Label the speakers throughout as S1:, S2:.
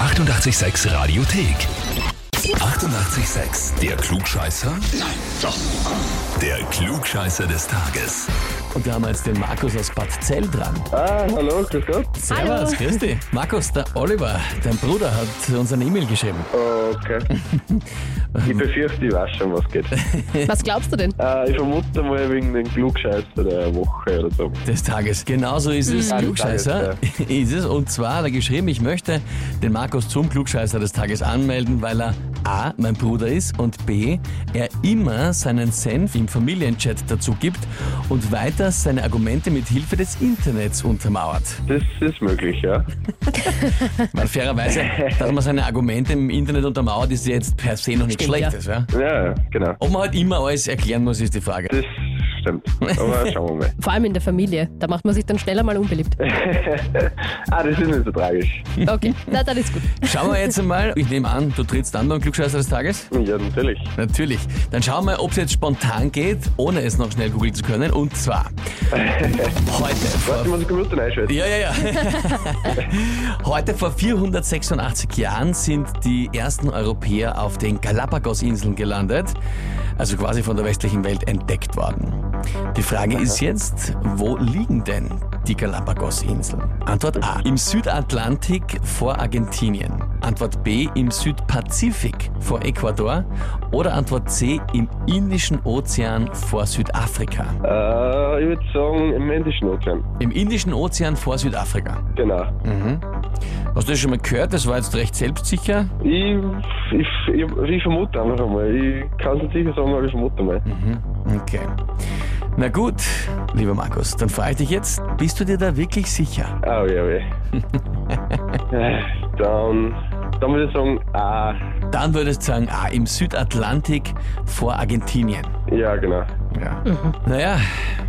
S1: 886 Radiothek. 88,6. Der Klugscheißer? Nein, doch. Der Klugscheißer des Tages.
S2: Und wir haben jetzt den Markus aus Bad Zell dran.
S3: Ah, hallo, grüß Gott.
S2: Servus, grüß dich. Markus, der Oliver, dein Bruder, hat uns eine E-Mail geschrieben.
S3: Okay. Ich befürchte, ich weiß schon, was geht.
S4: Was glaubst du denn?
S3: Äh, ich vermute mal wegen den Klugscheißer der Woche oder so.
S2: des Tages. Genauso ist es,
S3: Mhm.
S2: Klugscheißer ist es. Und zwar hat er geschrieben, ich möchte den Markus zum Klugscheißer des Tages anmelden, weil er A, mein Bruder ist und B, er immer seinen Senf im Familienchat dazu gibt und weiter seine Argumente mit Hilfe des Internets untermauert.
S3: Das ist möglich, ja.
S2: Weil fairerweise, dass man seine Argumente im Internet untermauert, ist jetzt per se noch nichts
S4: Stimmt, ja.
S2: Schlechtes. Ja.
S3: Ja, ja, genau.
S2: Ob man halt immer alles erklären muss, ist die Frage.
S3: Das stimmt. Aber schauen wir mal.
S4: Vor allem in der Familie. Da macht man sich dann schneller mal unbeliebt.
S3: Ah, das ist nicht so tragisch.
S4: Okay, na dann ist gut.
S2: Schauen wir jetzt einmal, ich nehme an, du trittst an beim Klugscheißer des Tages.
S3: Ja, natürlich.
S2: Natürlich. Dann schauen wir, ob es jetzt spontan geht, ohne es noch schnell googeln zu können. Und zwar heute
S3: Ich
S2: vor.
S3: muss die Minuten einschalten.
S2: Ja, ja, ja. Heute vor 486 Jahren sind die ersten Europäer auf den Galapagos-Inseln gelandet, also quasi von der westlichen Welt entdeckt worden. Die Frage ist jetzt, wo liegen denn die Galapagos-Inseln? Antwort A. Im Südatlantik vor Argentinien. Antwort B. Im Südpazifik vor Ecuador. Oder Antwort C. Im Indischen Ozean vor Südafrika.
S3: Äh, ich würde sagen, im Indischen Ozean.
S2: Im Indischen Ozean vor Südafrika.
S3: Genau.
S2: Hast du das schon mal gehört? Das war jetzt recht selbstsicher.
S3: Ich, ich, ich, ich vermute einfach mal. Ich kann es nicht sicher sagen, aber ich vermute mal.
S2: Okay. Na gut, lieber Markus, dann frage ich dich jetzt, bist du dir da wirklich sicher?
S3: Oh ja, weh. dann, dann würde ich sagen, ah,
S2: Dann würdest du sagen, ah, im Südatlantik vor Argentinien.
S3: ja, genau.
S2: Ja. Naja,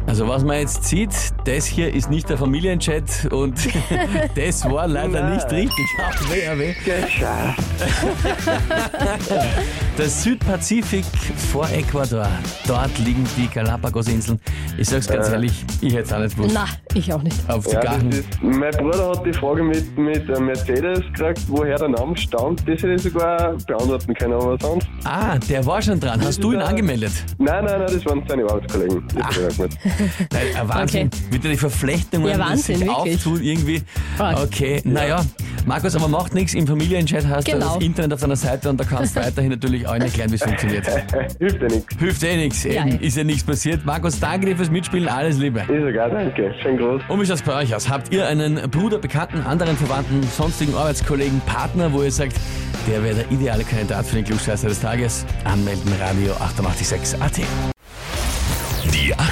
S2: also was man jetzt sieht, das hier ist nicht der Familienchat und das war leider
S3: Nein.
S2: nicht richtig. Ach, weh, ah, weh.
S3: Geschafft.
S2: Der Südpazifik vor Ecuador. Dort liegen die Galapagos-Inseln. Ich sag's ganz ehrlich, ich hätte es auch nicht gewusst.
S4: Na, ich auch nicht.
S2: Auf die
S3: Äh. Ja, das
S2: Garten.
S3: ist, mein Bruder hat die Frage mit, mit äh, Mercedes gesagt, woher der Name stammt. Das hätte ich sogar beantworten können, aber sonst.
S2: Ah, der war schon dran. Hast du ihn
S3: ist, äh,
S2: angemeldet?
S3: Nein, nein, nein, das waren seine Arbeitskollegen. Das hab ich auch gemacht.
S2: Nein, ein Wahnsinn.
S4: Okay.
S2: Wieder die Verflechtungen
S4: Ja, Wahnsinn,
S2: sich
S4: wirklich.
S2: auftun irgendwie.
S4: Fuck.
S2: Okay, naja. Markus, aber macht nichts. Im Familienchat hast du
S4: Genau.
S2: das Internet auf deiner Seite und da kannst du weiterhin natürlich allen erklären, wie es funktioniert.
S3: Hilft ja nichts.
S2: Hilft eh nichts.
S4: Ja,
S2: Eben,
S4: eh.
S2: ist ja nichts passiert. Markus, danke dir fürs Mitspielen. Alles Liebe.
S3: Ist egal, danke. Schön groß.
S2: Und wie schaut's bei euch aus? Habt ihr einen Bruder, Bekannten, anderen Verwandten, sonstigen Arbeitskollegen, Partner, wo ihr sagt, der wäre der ideale Kandidat für den Klugscheißer des Tages? Anmelden, Radio 886 AT.
S1: Die